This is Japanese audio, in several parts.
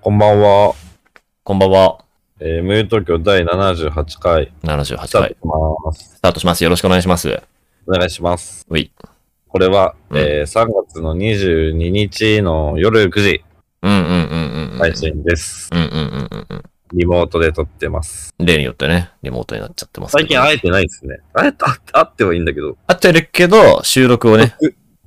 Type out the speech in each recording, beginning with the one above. こんばんは。こんばんは。えー、無友東京第78回、スタ78ート回し。ます。スタートします。よろしくお願いします。お願いします。うい。これは、うんえー、3月の22日の夜9時うんうんうんうん。配。信です。うんうんうんうんうリモートで撮ってます。ん。例によってね、リモートになっちゃってます最けど。近会えてないですね。会えた、会ってはいいんだけど、会ってるけど、収録をね、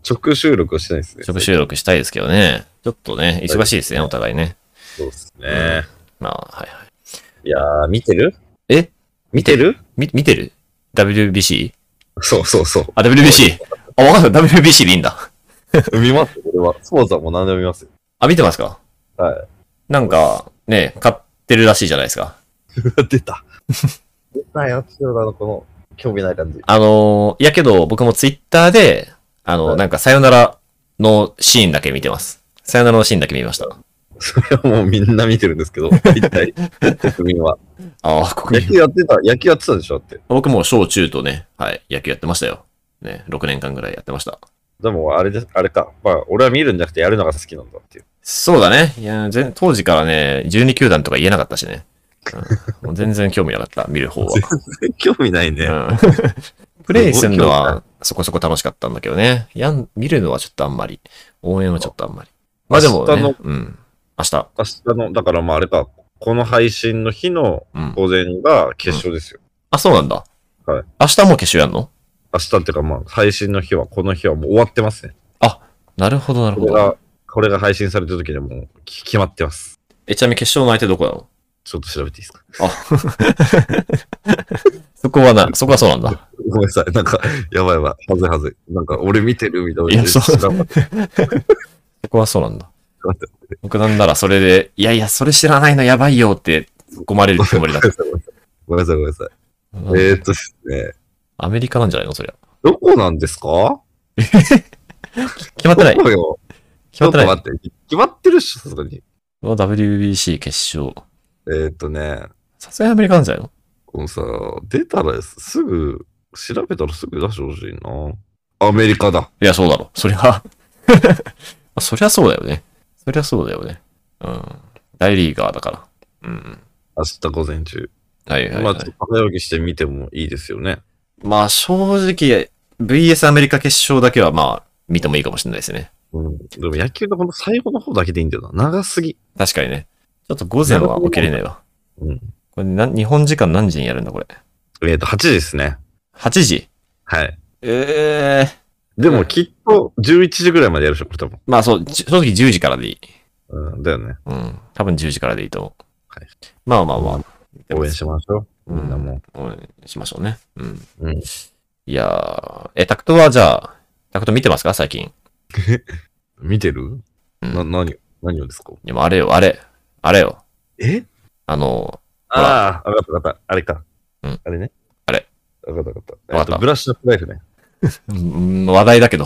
直収録をしてないですね。直収録したいですけどね。ちょっとね、忙しいですね、お互いね。そうですね。まあ、はいはい。いやー、見てるえ見てるみ、見てる ?WBC? そうそうそう。あ、WBC! あ、わかった。WBC でいいんだ。見ますこれは。スポーツはもう何でも見ますよ。あ、見てますかはなんか、ね、買ってるらしいじゃないですか。い。出た。出たよ、千代田のこの、興味ない感じ。あのー、いやけど、僕もツイッターで、あのーはいなんか、さよならのシーンだけ見てます。さよならのシーンだけ見ました。それ はもうみんな見てるんですけ ど、一体、国民は。ああ、国野民。球やってた、野球やってたでしょだって。僕も小中とね、はい、野球やってましたよ。ね、6年間ぐらいやってました。でも、あれです、あれか。まあ、俺は見るんじゃなくてやるのが好きなんだっていう。そうだね。いや、全当時からね、12球団とか言えなかったしね。うん、もう全然興味なかった、見る方は。 興味ないね。うん プレイするのはそこそこ楽しかったんだけどね。やん、見るのはちょっとあんまり。応援はちょっとあんまり。まあでも、明日のね、うん。明日。明日の、だからまああれか、この配信の日のうん。午前が決勝ですよ。あ、そうなんだ。はい明日もう決勝やんの明日っていうかまあ、配信の日は、この日はもう終わってますね。なるほど、なるこほれど。が、これが配信された時でもうき決まってます。え、ちなみに決勝の相手どこなのちょっと調べていいですか。そこはな、そこはそうなんだ。ごめんなさい。なんか、やばいやばい。はずいはずい。なんか、俺見てるみたいな。いやそう知らんわそこはそうなんだ待っ。僕なんならそれで、いやいや、それ知らないのやばいよって突っ込まれるつもりだった。ごめんなさい、ごめんなさい。うん えーっとですね。アメリカなんじゃないのそりゃ。どこなんですか決まっ てないど。こよ決まってちょない。っと待って。決まってるっしょ、さすがに。うわ WBC 決勝。えーっとね、さすがにアメリカなんじゃないのこのさ、出たらすすぐ、調べたらすぐ出してほしいな。アメリカだ。いや、そうだろ。そりゃ、 そりゃそうだよね。そりゃそうだよね。うん。大リーガーだから。うん。明日午前中。はいはい、まはあ、いちょっ。と早起きしてみてもいいですよね。まあ正直、VS アメリカ決勝だけはまあ見てもいいかもしれないですね。うん。でも野球のこの最後の方だけでいいんだよな。長すぎ。確かにね。ちょっと午前は起きれないわ。うん。これな、日本時間何時にやるんだこれ。えーっと、8時ですね。 8時はい。ええでも、きっと、11時ぐらいまでやるでしょ、これ多分。まあそう、じ正直10時からでいい。うん、だよね。うん。多分10時からでいいと思う。はいまあまあまあ。応援しましょう。うんみんなも。応援しましょうね。うん。うんいやー、え、タクトはじゃあ、タクト見てますか最近。見てるうんな、何、何をですかでもあれよ、あれ。あれよ。えあの、ああ、わかったわかった。あれか。うんあれね。あれ。わかったわかった。わかえっったと、ブラッシュアップライフね。うん話題だけど。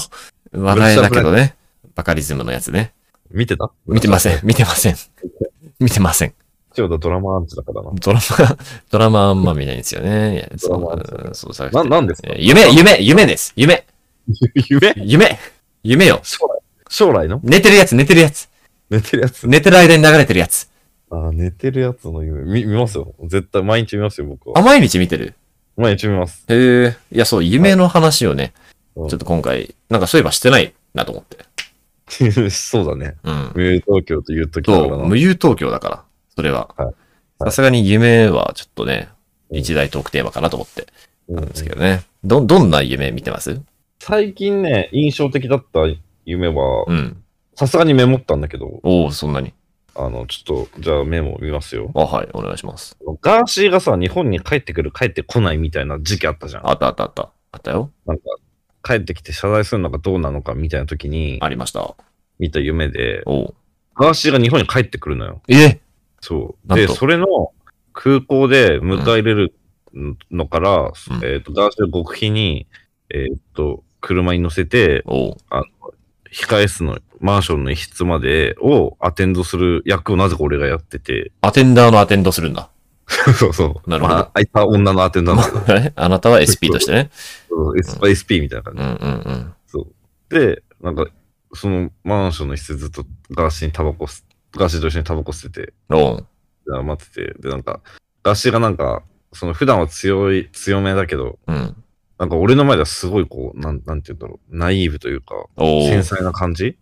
話題だけどね。バカリズムのやつね。見てた見てまん。せん。見てません。見てません。千代田ドラマアンチだからな。ドラマ、ドラマあんま見ないんですよね。いやそドラマあるんですよう、そう探な、してなんですかえー夢、夢、夢です。夢、 夢夢、夢よ。将来将来の寝てるやつ、寝てるやつ。寝てるやつ。寝てる間に流れてるやつ。ああ、寝てるやつの夢。見、見ますよ。絶対毎日見ますよ、僕あ、は。毎日見てる。毎日見ます。 へえ。いや、そう、夢の話をね、ちうょんっと今回、なんかそういえばしてないなと思って。そうだね。うん。無友東京と言うときだかそらう、な。無友東京だから、それははいは。さすがに夢はちょっとね、うん一大トークテーマかなと思ってうなんんですけどね。ど、どんな夢見てます最近ね、印象的だった夢はう、ん。さすがにメモったんだけど、おおそんなに。あの、ちょっと、じゃあメモ見ますよ。あ、はい、お願いします。ガーシーがさ、日本に帰ってくる、帰ってこないみたいな時期あったじゃん。あったあったあった。あったよ。なんか、帰ってきて謝罪するのがどうなのかみたいな時にありました。見た夢で、おうガーシーが日本に帰ってくるのよ。えそう。なんで、とそれの空港で迎え入れるのから、えっ、と、ガーシーを極秘に、えっ、と、車に乗せて、おう控え室のマンションの一室までをアテンドする役をなぜか俺がやってて、 アテンダーのアテンドするんだ。 そうそう。なるほどまあ、あいた女のアテンドなんだけどあなたは SP としてね。そう S- SP みたいな感じうんうんうん。そう。で、なんか、そのマンションの施設ずっとガーシーにタバコ吸っガーシーと一緒にタバコ吸ってて、ローン。で待ってて、で、なんか、ガーシーがなんか、その普段は強い、強めだけど、うん。なんか俺の前ではすごいこう、なん、なんて言うんだろう、ナイーブというか、お繊ー。細な感 じ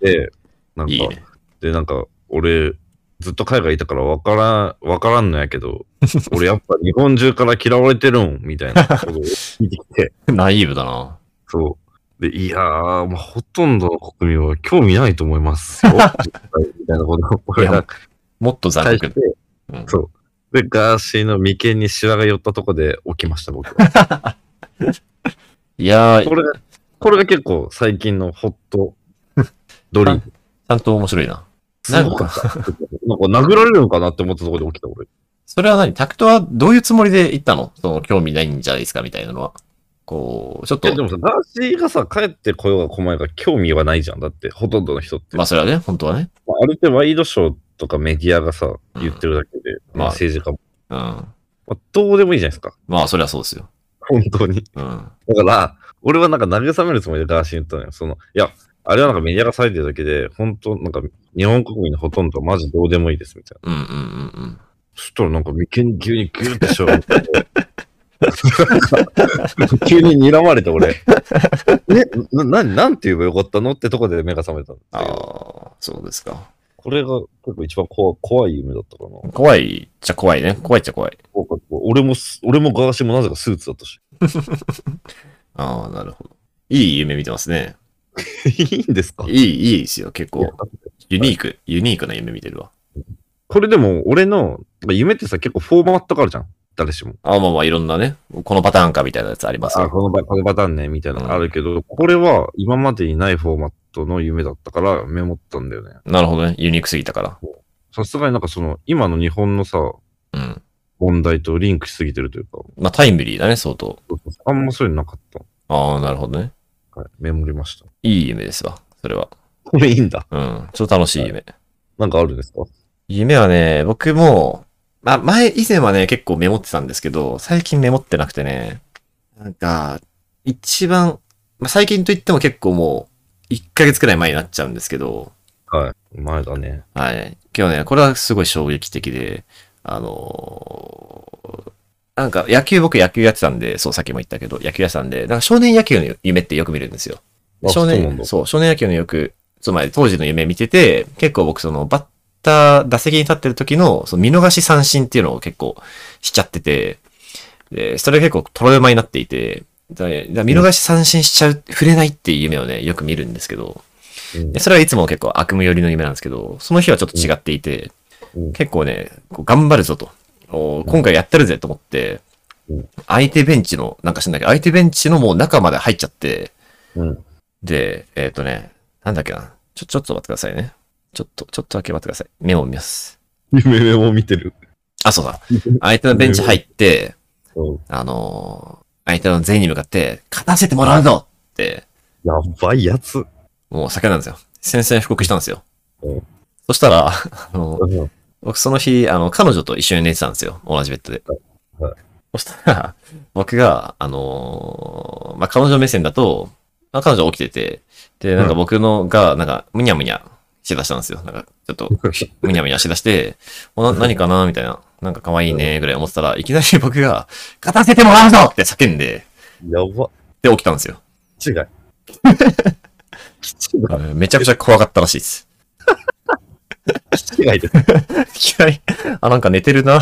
で、なんか、いいね。で、なんか、俺、ずっと海外いたからわからん、わからんのやけど、俺やっぱ日本中から嫌われてるん、みたいなことを聞いてきて、ナイーブだな。そう。で、いやー、まあ、ほとんどの国民は興味ないと思い ますよ。実際みたいなことを俺がもっと残対酷しだて。、うんそう。で、ガーシーの眉間にシワが寄ったとこで起きました、僕は。いやー、ちこれ、これが結構最近のホットドリーム。ゃんと面白いな。すごかった。なんか殴られるのかなって思ったところで起きた、俺。それは何タクトはどういうつもりで行ったのその興味ないんじゃないですかみたいなのは。こう、ちょっいとや、で、もさ、ガーシーがさ、帰ってこようが来まいが興味はないじゃん。だって、ほとんどの人って。まあそれはね、本当はね。まああれってワイドショーとかメディアがさ、言ってるだけで、うんままああ政治家も。うん。まあ、どうでもいいじゃないですか。まあそれはそうですよ。本当に。うん。だから、俺はなんか慰めるつもりでガーシーに言ったのよ。その、いや、あれはなんかメディアが割いてるだけで、本当なんか日本国民のほとんどはマジどうでもいいですみたいな。うんうんうんそしたらなんか眉間に急にギューってしよう。急に睨まれて俺。え、な、ななんて言えばよかったのってとこで目が覚めたんですあけど、あ、そうですか。これが結構一番怖怖い夢だったかな。怖いっちゃ怖いね。怖いっちゃ怖い。怖かった俺もす、俺もガーシーもなぜかスーツだったし。ああ、なるほど。いい夢見てますね。いいんですかいい、いいですよ。結構。ユニーク、ユニークな夢見てるわ。これでも俺の、夢ってさ、結構フォーマットがあるじゃん。誰しも。ああ、まあまあいろんなね、このパターンかみたいなやつありますあ、よ。このパこのパターンね、みたいなうんのあるけど、これは今までにないフォーマットの夢だったからメモったんだよね。なるほどね。ユニークすぎたかさすがになんかその、今の日本のさ、ら。うん。問題とリンクしすぎてるというか、まあタイムリーだね、相当。あんまそういうのなかっああ、なるほどね。た。はい、メモりました。いい夢ですわ。それは。これいいんだ。うん。ちょっと楽しい夢。なんかあるんですか夢はね、僕も、まあ前、以前はね、結構メモってたんですけど、最近メモってなくてね、なんか、一番、まあ最近といっても結構もう、1ヶ月くらい前になっちゃうんですけど、はい。前だね。はい。今日ね、これはすごい衝撃的で、あのーなんか野球、僕野球やってたんで、そうさっきも言ったけど、野球やってたんで、なんか少年野球の夢ってよく見るんですよ。あ少そうなん年、だそう、少年野球のよく、つまり当時の夢見てて、結構僕そのバッター、打席に立ってる時の、その見逃し三振っていうのを結構しちゃってて、で、それが結構トラウマになっていて、だだから見逃し三振しちゃう、触れないっていう夢をね、よく見るんですけど、うんでそれはいつも結構悪夢寄りの夢なんですけど、その日はちょっと違っていて、うん結構ね、こう頑張るぞと。おー今回やってるぜと思ってうん、相手ベンチの、なんか知んないけど、相手ベンチのもう中まで入っちゃって、うん。で、えっ、とね、なんだっけな。ちょ、ちょっと待ってくださいね。ちょっと、ちょっとだけ待ってください。メモを見ます。夢メモ見てる。あ、そうだ。相手のベンチ入って、うんあのー相手の全員に向かって、勝たせてもらうぞって、やばいやつ。もう叫んだんですよ。宣戦布告したんですようん。そしたら、あの、うん僕その日、あの、彼女と一緒に寝てたんですよ。同じベッドではいは。そしたら、僕が、あのーまあ、彼女目線だと、まあ、彼女起きてて、で、なんかうん僕のが、なんか、むにゃむにゃしだしたんですよ。なんか、ちょっと、むにゃむにゃしだして、おな何かなみたいな。なんか可愛いねぐらい思ってたら、いきなり僕が、勝たせてもらうぞって叫んで、やば。で起きたんですよ。 違 い。違い。めちゃくちゃ怖かったらしいです。 違いです。いきなり、あ、なんか寝てるな、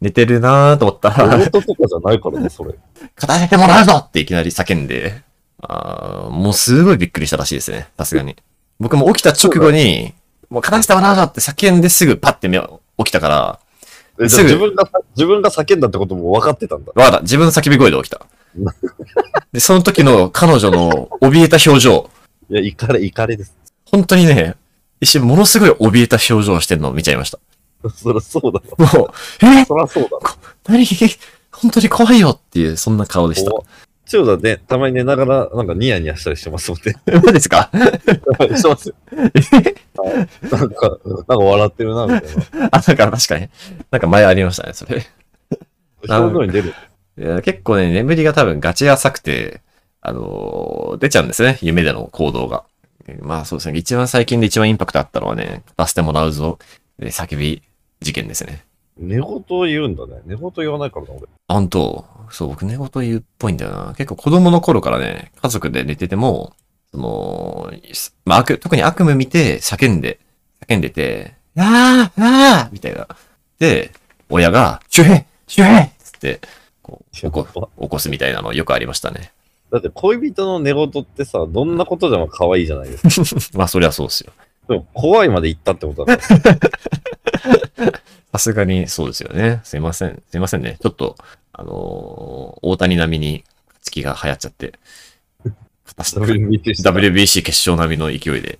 寝てるなと思ったら、弟とかじゃないからね、それ。勝たせてもらうぞっていきなり叫んで、あーもうすごいびっくりしたらしいですね。さすがに。僕も起きた直後に、もう勝たせてもらうぞって叫んですぐパッて目を起きたから、えすじぐゃあ自分が、自分が叫んだってことも分かってたんだ。わかった。自分の叫び声で起きた。で、その時の彼女の怯えた表情、いや、イカれ、イカれです。 本当にね、一瞬ものすごい怯えた表情をしてるのを見ちゃいました。そりゃそうだろ。もう、えそりゃそうだろ。何本当に怖いよっていう、そんな顔でした。 怖っ千代田ね、たまに寝ながら、なんかニヤニヤしたりしてますもんね。どうですかして ますよ。なんか、なんか笑ってるな、みたいな。あ、なんか確かに。なんか前ありましたね、それ。表情に出る。いや結構ね、眠りが多分ガチ浅くて、あのー出ちゃうんですね、夢での行動が。まあそうですね。一番最近で一番インパクトあったのはね、出してもらうぞ、で叫び事件ですね。寝言を言うんだね。寝言言わないからな、俺。あ本当そう、僕寝言言うっぽいんだよな。結構子供の頃からね、家族で寝てても、その、まあ悪、特に悪夢見て叫んで、叫んでて、あーああみたいな。で、親が、周平周平っつって、こう、起こ、起こすみたいなのよくありましたね。 だって恋人の寝言ってさ、どんなことでも可愛いじゃないですか。まあそりゃそうっすよ。でも怖いまで行ったってことだから。さすがにそうですよね。すいません。すいませんね。ちょっと、あのー大谷並みに勝気が流行っちゃって。 WBC した。 WBC 決勝並みの勢いで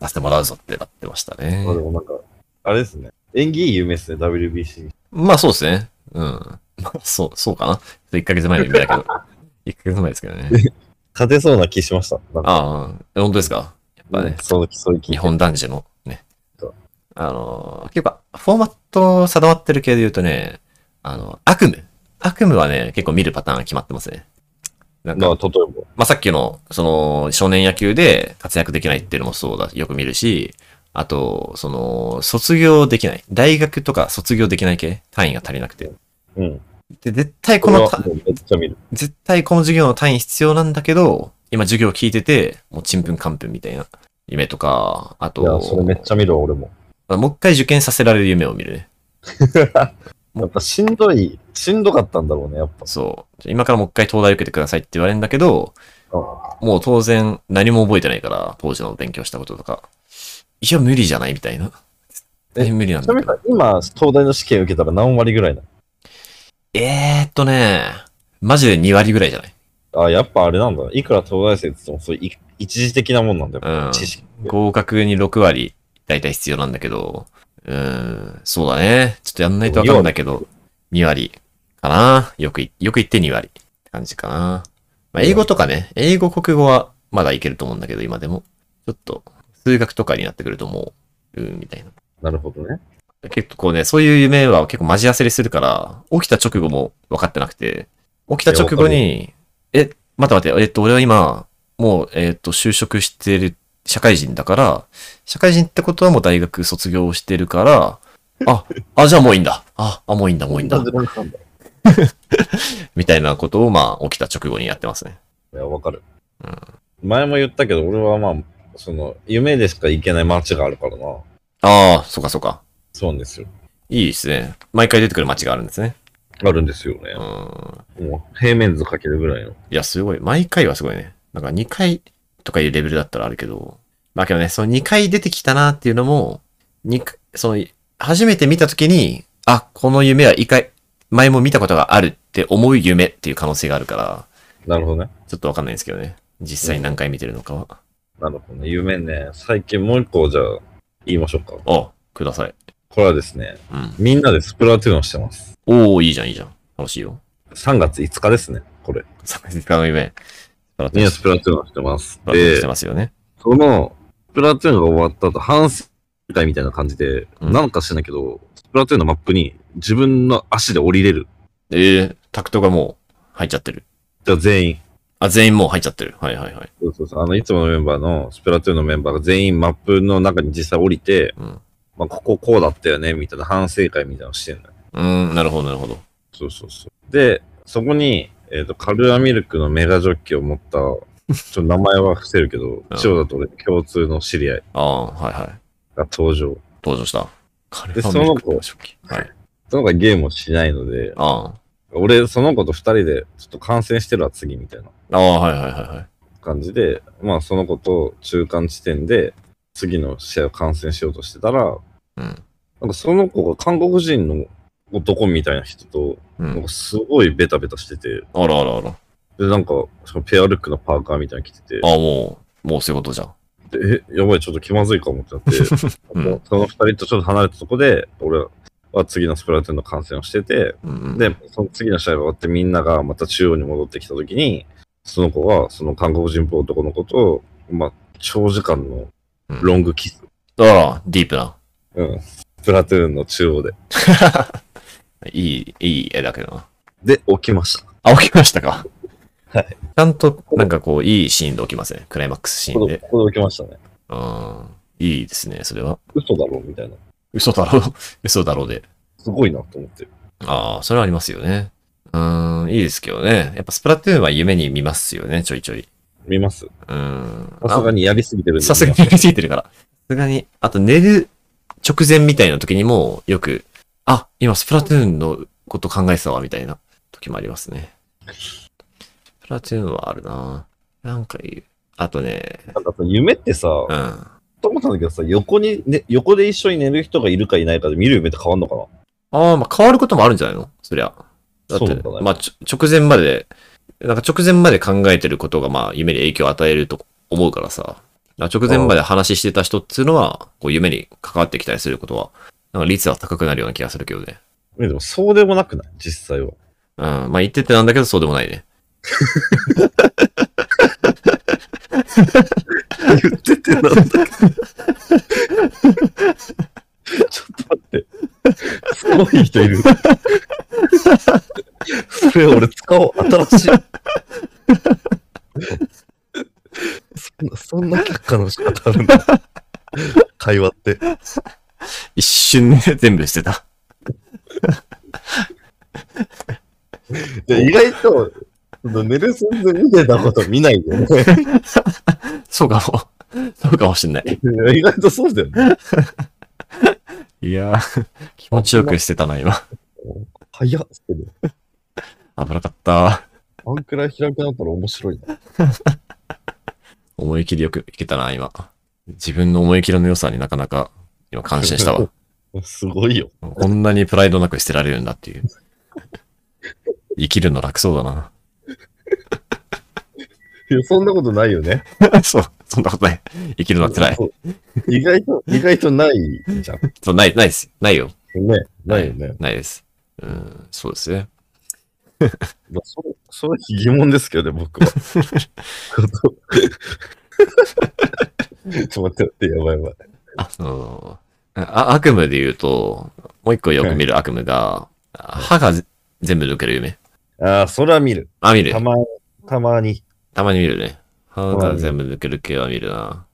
出してもらうぞってなってましたねまあ。でもなんか、あれですね。演技いい夢ですね、WBC。まあそうですね。うん。まあそう、そうかな。1ヶ月前の夢だ けど。1ヶ月前ですけどね。勝てそうな気しました。なんか、ああ、本当ですかやっぱね、そのそういう気日。本男児のねそう。あのー、結構、フォーマット定まってる系で言うとね、あの、悪夢。悪夢はね、結構見るパターンが決まってますね。なんかまあ、例えば。まあ、さっきの、その、少年野球で活躍できないっていうのもそうだ、よく見るし、あと、その、卒業できない。大学とか卒業できない系単位が足りなくて。うん。で、絶対ここれのはた、もうめっちゃ見る。絶対この授業の単位必要なんだけど、今授業聞いてて、もうちんぷんかんぷんみたいな夢とか、あいや、と、それめっちゃ見るわ、俺も。もう一回受験させられる夢を見るね。やっぱしんどい、しんどかったんだろうね、やっぱ。そう。今からもう一回東大受けてくださいって言われるんだけど、もう当然何も覚えてないから、当時の勉強したこととか。いや、無理じゃないみたいな。絶対無理なんちなだみけにど。さ今、東大の試験受けたら何割ぐらいなえーっとね、マジで2割ぐらいじゃないのあ、やっぱあれなんだ。いくら東大生って言っても、そうい一時的なもんなんだよ。うん知識。合格に6割大体必要なんだけど、うーん、そうだね。ちょっとやんないとわかんないけど、2割かな。よくい、よく言って2割って感じかな。まあ、英語とかね、英語、国語はまだいけると思うんだけど、今でも。ちょっと、数学とかになってくるともう、うーん、みたいな。なるほどね。結構ね、そういう夢は結構マジ焦りするから、起きた直後も分かってなくて、起きた直後に、え、待って待って、えっと、俺は今、もう、えっと、就職してる社会人だから、社会人ってことはもう大学卒業してるから、あ、あ、じゃあもういいんだ。あ、あ、もういいんだ、もういいんだな。でなんだみたいなことを、まあ、起きた直後にやってますね。いや、わかるう。前も言ったけど、俺はまあ、その、夢でしか行けない街があるからな。ああ、そうかそうか。そうなんですよ。いいですね。毎回出てくる街があるんですね。あるんですようね。ん。もう、平面図かけるぐらいの。いや、すごい。毎回はすごいね。なんか2回とかいうレベルだったらあるけど。まあけどね、その2回出てきたなっていうのも、二回その、初めて見たときに、あ、この夢は一回、前も見たことがあるって思う夢っていう可能性があるから、なるほどね。ちょっとわかんないんですけどね。実際何回見てるのかは。なるほどね。夢ね。最近もう一個、じゃあ、言いましょうか。おください。これはですね、うん。みんなでスプラトゥーンをしてます。おー、いいじゃん、いいじゃん。楽しいよ。 3月5日ですね、これ。 3月5日の夢。プラトみゥんなーンスプラトゥーンをしてます。プラトゥーンでして、ますよね。その、スプラトゥーンが終わった後、反省会みたいな感じで、うんなんかしてないけど、スプラトゥーンのマップに自分の足で降りれる。えー、タクトがもう入っちゃってる。じゃあ全員。あ、全員もう入っちゃってる。はいはいはい。そうそうそう。あの、いつものメンバーの、スプラトゥーンのメンバーが全員マップの中に実際降りて、うん。まあ、こここうだったよね、みたいな反省会みたいなのしてるのよ。うーん、なるほどなるほど。そうそうそう。で、そこに、えっ、と、カルアミルクのメガジョッキを持った、ちょっと名前は伏せるけど うん、千代田と俺共通の知り合いああ、はいはい。が登場。登場した。カルでファミルクその子食器はい。その子はゲームをしないので、あ俺、その子と二人で、ちょっと感染してるわ、次、みたいなあ。ああ、はいはいはいはい。感じで、まあ、その子と中間地点で、次の試合を観戦しようとしてたら、うん。なんかその子が韓国人の男みたいな人と、うなんんか。すごいベタベタしてて、あらあらあら。あで、なんか、そのペアルックのパーカーみたいなの着てて、あ、もう、もうそういうことじゃん。でえ、やばい、ちょっと気まずいかも ってなって、うんもうその二人とちょっと離れたとこで、俺は次のスプラトゥーンの観戦をしてて、うんうん。で、その次の試合が終わってみんながまた中央に戻ってきたときに、その子はその韓国人の男の子と、まあ、長時間のロングキス。あら、ディープな。うん。スプラトゥーンの中央で。いい、いい絵だけどな。で、起きました。あ、起きましたか。はい。ちゃんと、なんかこう、いいシーンで起きますね。クライマックスシーこンこで、で。ここで起きましたね。うん。いいですね、それは。嘘だろみたいな。嘘だろ う。嘘だろうで。すごいなと思って。ああ、それはありますよね。うーん、いいですけどね。やっぱスプラトゥーンは夢に見ますよね、ちょいちょい。見ます。うーん。さすがに。にやりすぎてるんで。さすがにやりすぎてるから。さすがに。あと寝る直前みたいな時にもよく、あ、今スプラトゥーンのこと考えてたわ、みたいな時もありますね。スプラトゥーンはあるななんか言う。あとね、なんかさ夢ってさ、うん。と思ったんだけどさ、横に、ね、横で一緒に寝る人がいるかいないかで見る夢って変わんのかなああ、まあ変わることもあるんじゃないのそりゃ。だっそうて、なんだねまあちょ直前まで、なんか直前まで考えてることがまあ夢に影響を与えると思うからさ。だから直前まで話してた人っていうのは、こう夢に関わってきたりすることは、なんか率は高くなるような気がするけどね。ねでもそうでもなくない実際は。うん。まあ言っててなんだけどそうでもないね。 言っててなんだ けどちょっと待って。すごい人いる。それ俺使おう。新しい。そんな、そんな却下の仕方あるんだ。会話って。一瞬で全部してた。 で意外と、その寝る寸前見てたこと見ないよね。そうかも。そうかもしんない。意外とそうだよね。いやー、気持ちよくしてたな、今。早っ。それ危なかった。あんくらい開くなったら面白いな。思い切りよくいけたな、今。自分の思い切りの良さになかなか、今感心したわ。すごいよ。こんなにプライドなく捨てられるんだっていう。生きるの楽そうだな。いやそんなことないよね。 そう、そんなことない。生きるのは辛い。そう意外と、意外とないじゃん。そう、ない、ないです。ないよ。ね。ないよね。はないです。うん、そうですね。まあ、そう、そう疑問ですけどね、僕 は。ちょっとちょっと待って待って、やばいやばい。あ、その、あ悪夢で言うと、もう一個よく見る悪夢が、歯がぜ全部抜ける夢。ああ、それは見る。あ、見るた。ま、たまに。たまに見るね。歯が全部抜ける系は見るな。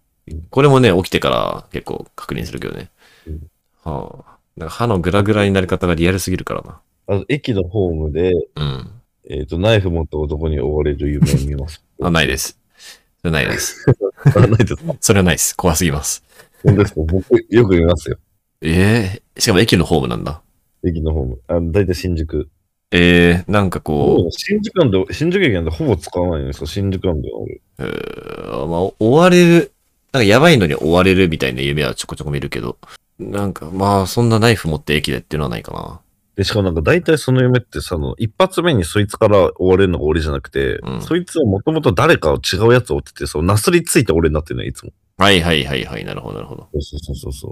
これもね、起きてから結構確認するけどねうん。はあ、なんか歯のグラグラになり方がリアルすぎるからな。あの駅のホームで、うん。えっ、と、ナイフ持った男に追われる夢を見ます。あ、ないです。それないです。 あないですかそれはないです。怖すぎます。本当ですか僕、よく見ますよ。ええしかも駅のホームなんだ。駅のホーム。あの、だいたい新宿。ええなんかもこう新宿なんで、新宿駅なんてほぼ使わないんですよ。新宿なんでは俺。う、うーまあ、追われる、なんかやばいのに追われるみたいな夢はちょこちょこ見るけど、なんかまあ、そんなナイフ持って駅でっていうのはないかな。で、しかもなんか大体その夢ってさ、あの一発目にそいつから追われるのが俺じゃなくて、うんそいつはもともと誰かを違うやつを追ってて、そう、なすりついて俺になってるのよ、いつも。はいはいはいはい、なるほどなるほど。そうそうそうそ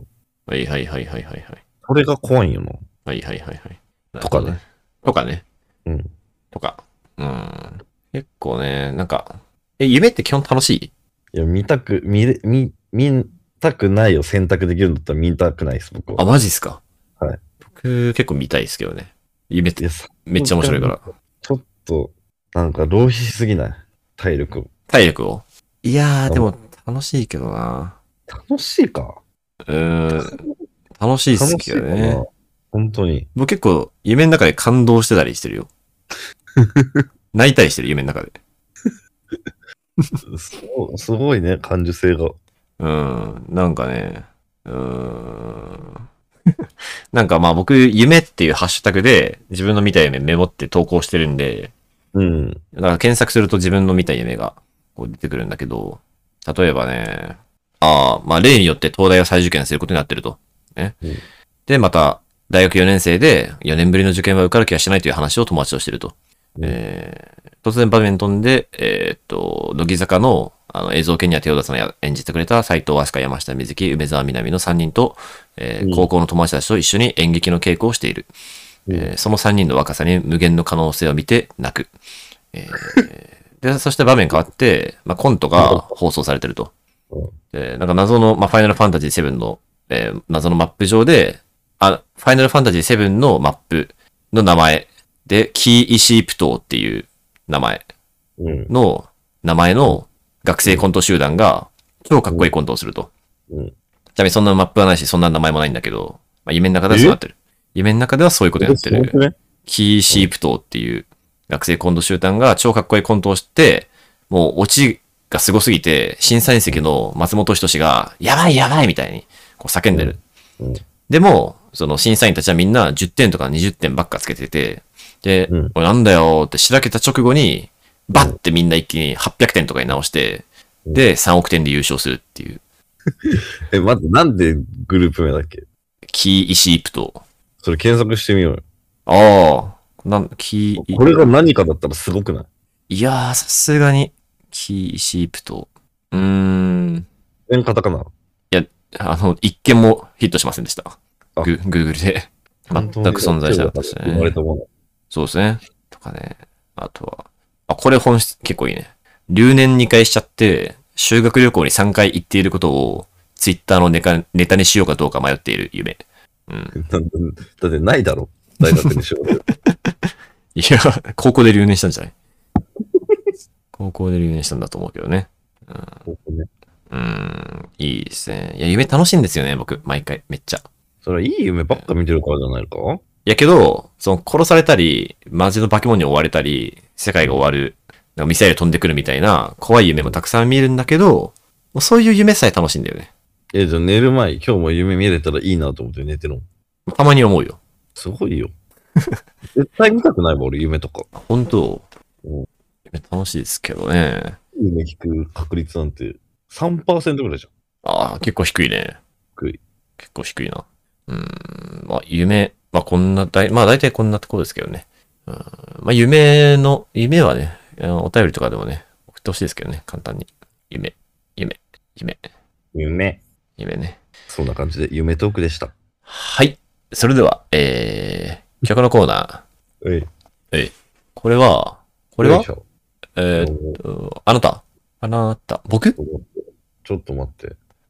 う。はいはいはいはいはいはい。それが怖いんよな。はいはいはいはい。とかね。とかね。うん。とか。うん。結構ね、なんか、え、夢って基本楽しいいや、見たく、見れ、見、見たくないを選択できるんだったら見たくないです、僕は。あ、マジっすかはい。僕結構見たいですけどね。夢っていや、さめっちゃ面白いから。ちょっと、なんか浪費しすぎない体力を。体力をいーやー、ででもも楽しいけどな。楽しいかうーん。楽しいっ楽すしけいどかねな。本当に。僕結構夢の中で感動してたりして るよ。泣いたりしてる、夢の中で。そうすごいね、感受性が。うん。なんかね、うーん。なんかまあ僕、夢っていうハッシュタグで自分の見た夢メモって投稿してるんで、うん。だから検索すると自分の見た夢がこう出てくるんだけど、例えばね、ああ、まあ例によって東大を再受験することになってると。ね。うんで、また、大学4年生で4年ぶりの受験は受かる気がしないという話を友達としてると。うんえー突然場面飛んで、えーっと、乃木坂のあの映像研には手を出さない演じてくれた斎藤飛鳥山下美月、梅沢みなみの3人と、えーうん高校の友達たちと一緒に演劇の稽古をしている。えーその3人の若さに無限の可能性を見て泣く。えーで、そして場面変わって、まあ、コントが放送されてるとうん。で、なんか謎の、まあ、ファイナルファンタジー7の、えー謎のマップ上で、あ、ファイナルファンタジー7のマップの名前で、キーイシープ島っていう名前うん。の名前の学生コント集団が超かっこいいコントをすると。うんちなみにそんなマップはないし、そんな名前もないんだけど、まあ、夢の中ではそうなってる。夢の中ではそういうことになってる。ね。キーシープ島っていう学生コント集団が超かっこいいコントをして、もうオチがすごすぎて、審査員席の松本人志が、やばいやばいみたいにこう叫んでる。うんうんでも、その審査員たちはみんな10点とか20点ばっかつけてて、で、うんおいなんだよってしらけた直後に、バッてみんな一気に800点とかに直して、うんで、3億点で優勝するっていう、え、まずなんでグループ名だっけキーイシープ島。それ検索してみようああ、なん、キーよ。これが何かだったらすごくないいやー、さすがに、キーシープと、うーん、全カタカナ。あの、一件もヒットしませんでした。あグーグルで。全く存在しなかったです生まれね。たもの。そうですね。とかね。あとは、あ、これ本質結構いいね。留年2回しちゃって、修学旅行に3回行っていることを、ツイッターのネタネタにしようかどうか迷っている夢。うん。だってだってないだろ。大学にしよ う。いや、高校で留年したんじゃない高校で留年したんだと思うけどね。ここねうーん、いいですね。いや、夢楽しいんですよね、僕、毎回、めっちゃ。それはいい夢ばっか見てるからじゃないかいやけど、その、殺されたり、マジの化け物に追われたり、世界が終わる、なんかミサイル飛んでくるみたいな、怖い夢もたくさん見るんだけど、もうそういう夢さえ楽しいんだよね。え、じゃあ寝る前、今日も夢見れたらいいなと思って寝てるの。たまに思うよ。すご いよ。絶対見たくないもん、俺、夢とか。本当うん夢楽しいですけどね。夢聞く確率なんて3%ぐらいじゃん。ああ、結構低いね。低い。結構低いな。うーん、まあ、夢、まあ、こんな、だいまあ、大体こんなところですけどね。うん、まあ、夢の、夢はね、あのお便りとかでもね、送ってほしいですけどね、簡単に。夢、夢、夢、夢。夢ね。そんな感じで、夢トークでした。はい。それでは、えー、曲のコーナー。えい。これは、ここれはえーっと、あなた。あなた。僕ちょっと待って。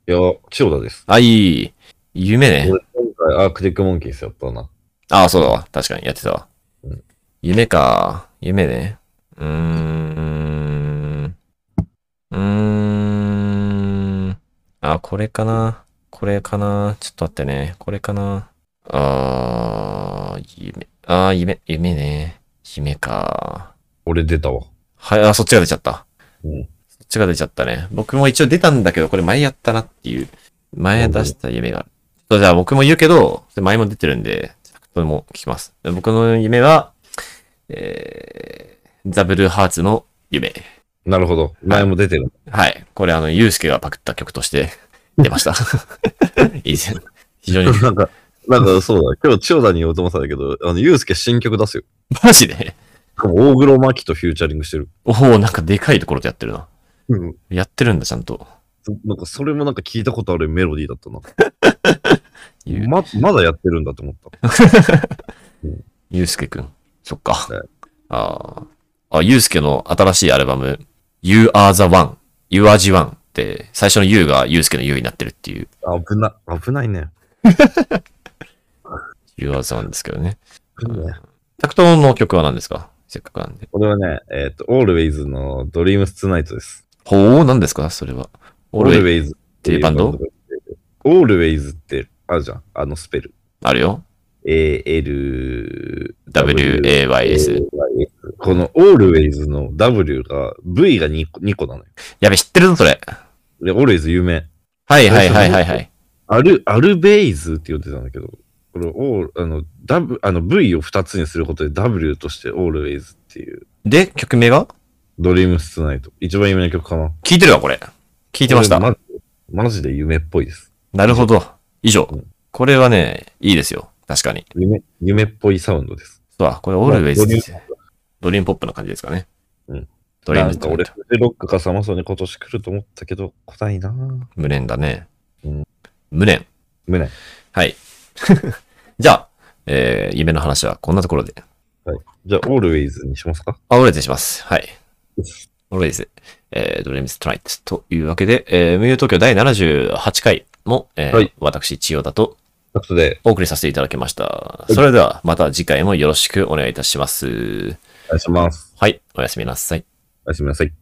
いや、千代田です。あ、いい。夢ね。俺、今回、アークティックモンキースやったな。ああ、そうだわ。確かにやってたわうん。夢か。夢ね。うーん。うーん。あ、これかな。これかな。ちょっと待ってね。これかな。あー、夢。あー、夢、夢ね。夢か。俺出たわ。はい、あ、そっちが出ちゃった。うんそっちが出ちゃったね。僕も一応出たんだけど、これ前やったなっていう。前出した夢がある。そうじゃあ僕も言うけど、それ前も出てるんで、これも聞きます。僕の夢は、えー、ザブルーハーツの夢。なるほど。前も出てる。はい。これあの、ユうスケがパクった曲として 出ました。いいですね。非常に。 なんか、なんかそうだ。今日千代田に言おうと思ってたんだけど、あの、ゆうすけ新曲出すよ。マジでしかも大黒摩季とフューチャリングしてる。おおなんかでかいところでやってるな。うん。やってるんだ、ちゃんと。なんかそれもなんか聞いたことあるメロディーだったな。ゆま、まだやってるんだと思った。ゆうすけくん。そっかね。ああ。あ、ゆうすけの新しいアルバム、You Are the One, You Are the One って、最初の You がゆうすけの You になってるっていう、あ 危な、危ないね。 You Are the One ですけどね。危ないねタクトの曲は何ですかせっかくなんで。これはね、えっ、と、Always の Dreams Tonight です。ほう、何ですかそれは。俺、 Always っていうバンドがやってる ?Always ってあるじゃん。あのスペル。あるよ。 AL、 WAYS。この Always の W が V が 2, 個2個なのよ。やべ、知ってるぞ、それ。で、Always 有名。はいはいはいはいはい。アル、アルベイズって呼んでたんだけど、これ、オール、あの、W、あの、V を2つにすることで W としてオールウェイズっていう、で、曲名がドリームストナイト。一番有名な曲かな。聞いてるわ、これ。聞いてました。これマジマジで夢っぽいです。なるほど。以上うん。これはね、いいですよ。確かに。夢、夢っぽいサウンドです。そうだ、これ Always ですまあ。ドリームポップな感じですかね。うん。ドリーなムんか俺、フジロックかサマソニ今年来ると思ったけど、来ないなぁ。無念だね。うん無念。無念。はい。 じゃあ、えー夢の話はこんなところで。じゃあ、オールウェイズにしますかあ、オレーズにします。はいよ。オレーズ。えー、ドレミストライトというわけで、えー、無友東京第78回も、えーはい私、千代田とあとで、お送りさせていただきました。いそれでは、また次回もよろしくお願いいたします。お願いします。はい、おやすみなさい。おやすみなさい。